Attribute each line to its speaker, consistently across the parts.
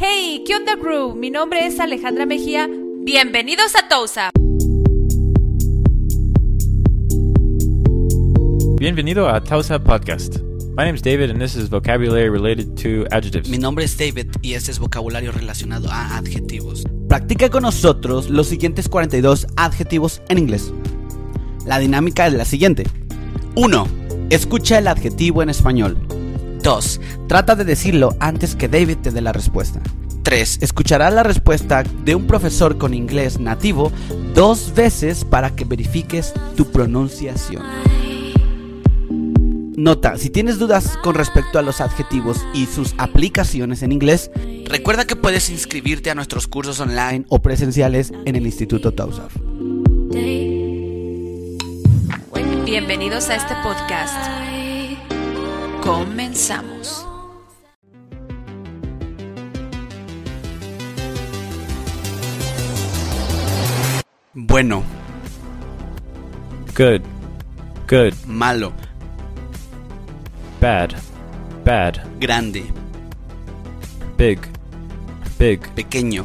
Speaker 1: Hey, ¿qué onda, crew? Mi nombre es Alejandra Mejía. Bienvenidos a Tousa.
Speaker 2: Bienvenido a Tausa Podcast. My name is David, and this is vocabulary related to adjectives.
Speaker 3: Mi nombre es David y este es vocabulario relacionado a adjetivos.
Speaker 4: Practica con nosotros los siguientes 42 adjetivos en inglés. La dinámica es la siguiente. 1. Escucha el adjetivo en español. 2. Trata de decirlo antes que David te dé la respuesta. 3. Escuchará la respuesta de un profesor con inglés nativo dos veces para que verifiques tu pronunciación. Nota, si tienes dudas con respecto a los adjetivos y sus aplicaciones en inglés,
Speaker 3: Recuerda que puedes inscribirte a nuestros cursos online.
Speaker 4: online o presenciales en el Instituto Tausaf.
Speaker 1: Bienvenidos a este podcast. Comenzamos.
Speaker 3: Bueno,
Speaker 2: Good, good,
Speaker 3: malo,
Speaker 2: bad, bad,
Speaker 3: grande,
Speaker 2: big, big,
Speaker 3: pequeño,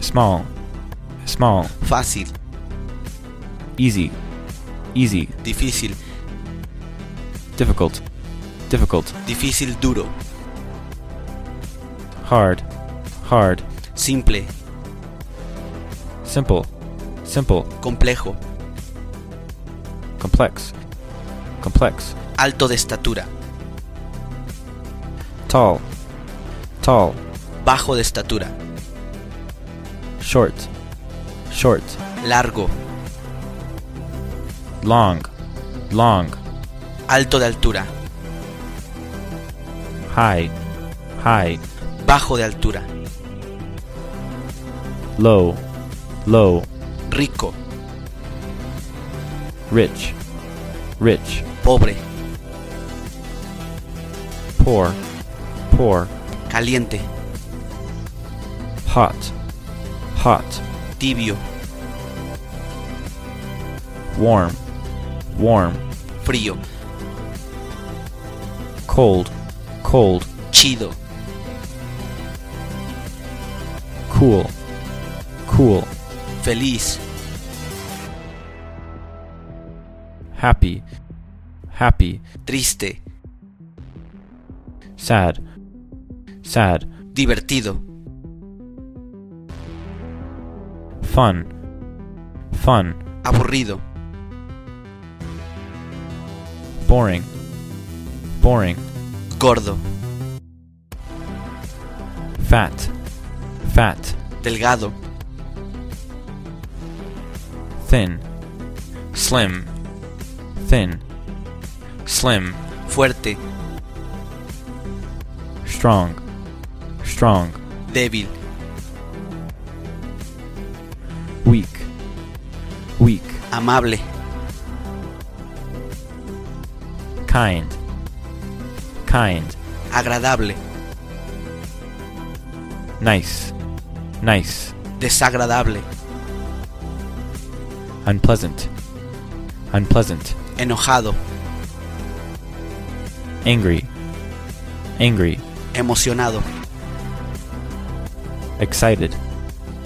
Speaker 2: small, small,
Speaker 3: fácil,
Speaker 2: easy, easy,
Speaker 3: difícil,
Speaker 2: difficult, difficult,
Speaker 3: difícil, duro,
Speaker 2: hard, hard,
Speaker 3: simple,
Speaker 2: simple, simple,
Speaker 3: complejo,
Speaker 2: complex, complex,
Speaker 3: alto de estatura,
Speaker 2: tall, tall,
Speaker 3: bajo de estatura,
Speaker 2: short, short,
Speaker 3: largo,
Speaker 2: long, long,
Speaker 3: alto de altura,
Speaker 2: high, high,
Speaker 3: bajo de altura,
Speaker 2: low, low,
Speaker 3: rico,
Speaker 2: rich, rich.
Speaker 3: pobre,
Speaker 2: poor, poor,
Speaker 3: caliente,
Speaker 2: hot, hot,
Speaker 3: tibio,
Speaker 2: warm, warm,
Speaker 3: frío,
Speaker 2: cold, cold,
Speaker 3: chido,
Speaker 2: cool, cool,
Speaker 3: feliz,
Speaker 2: happy, happy,
Speaker 3: triste,
Speaker 2: sad, sad,
Speaker 3: divertido,
Speaker 2: fun, fun,
Speaker 3: aburrido,
Speaker 2: boring, boring,
Speaker 3: gordo,
Speaker 2: fat, fat,
Speaker 3: delgado,
Speaker 2: thin, slim, thin, slim,
Speaker 3: fuerte,
Speaker 2: strong, strong,
Speaker 3: débil,
Speaker 2: weak, weak.
Speaker 3: amable,
Speaker 2: kind, kind,
Speaker 3: agradable,
Speaker 2: nice, nice,
Speaker 3: desagradable,
Speaker 2: unpleasant, unpleasant,
Speaker 3: enojado,
Speaker 2: angry, angry,
Speaker 3: emocionado,
Speaker 2: excited,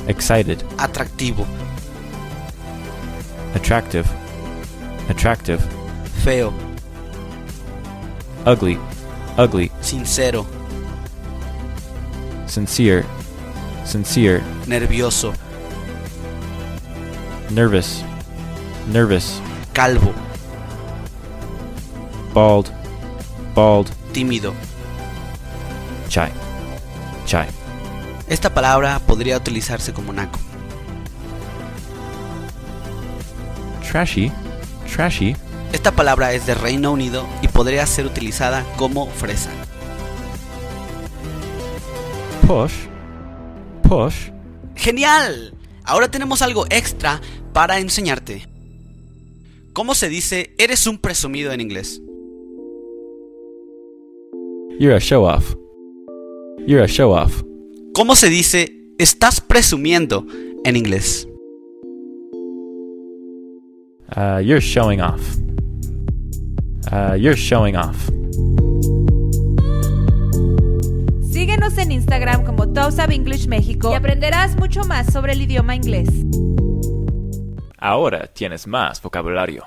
Speaker 2: excited,
Speaker 3: atractivo,
Speaker 2: attractive, attractive,
Speaker 3: feo,
Speaker 2: ugly, ugly,
Speaker 3: sincero,
Speaker 2: sincere, sincere,
Speaker 3: nervioso,
Speaker 2: nervous, nervous,
Speaker 3: calvo,
Speaker 2: bald, bald,
Speaker 3: tímido.
Speaker 2: chai, chai,
Speaker 3: Esta palabra podría utilizarse como naco.
Speaker 2: trashy, trashy,
Speaker 3: Esta palabra es de Reino Unido y podría ser utilizada como fresa.
Speaker 2: push, push,
Speaker 3: ¡Genial! Ahora tenemos algo extra para enseñarte. ¿Cómo se dice eres un presumido en inglés?
Speaker 2: you're a show off, you're a show off.
Speaker 3: ¿Cómo se dice estás presumiendo en inglés?
Speaker 2: Uh, you're showing off. Uh, you're showing off.
Speaker 1: Síguenos Síguenos en Instagram como Toast English México y aprenderás mucho más sobre el idioma inglés.
Speaker 2: Ahora tienes más vocabulario.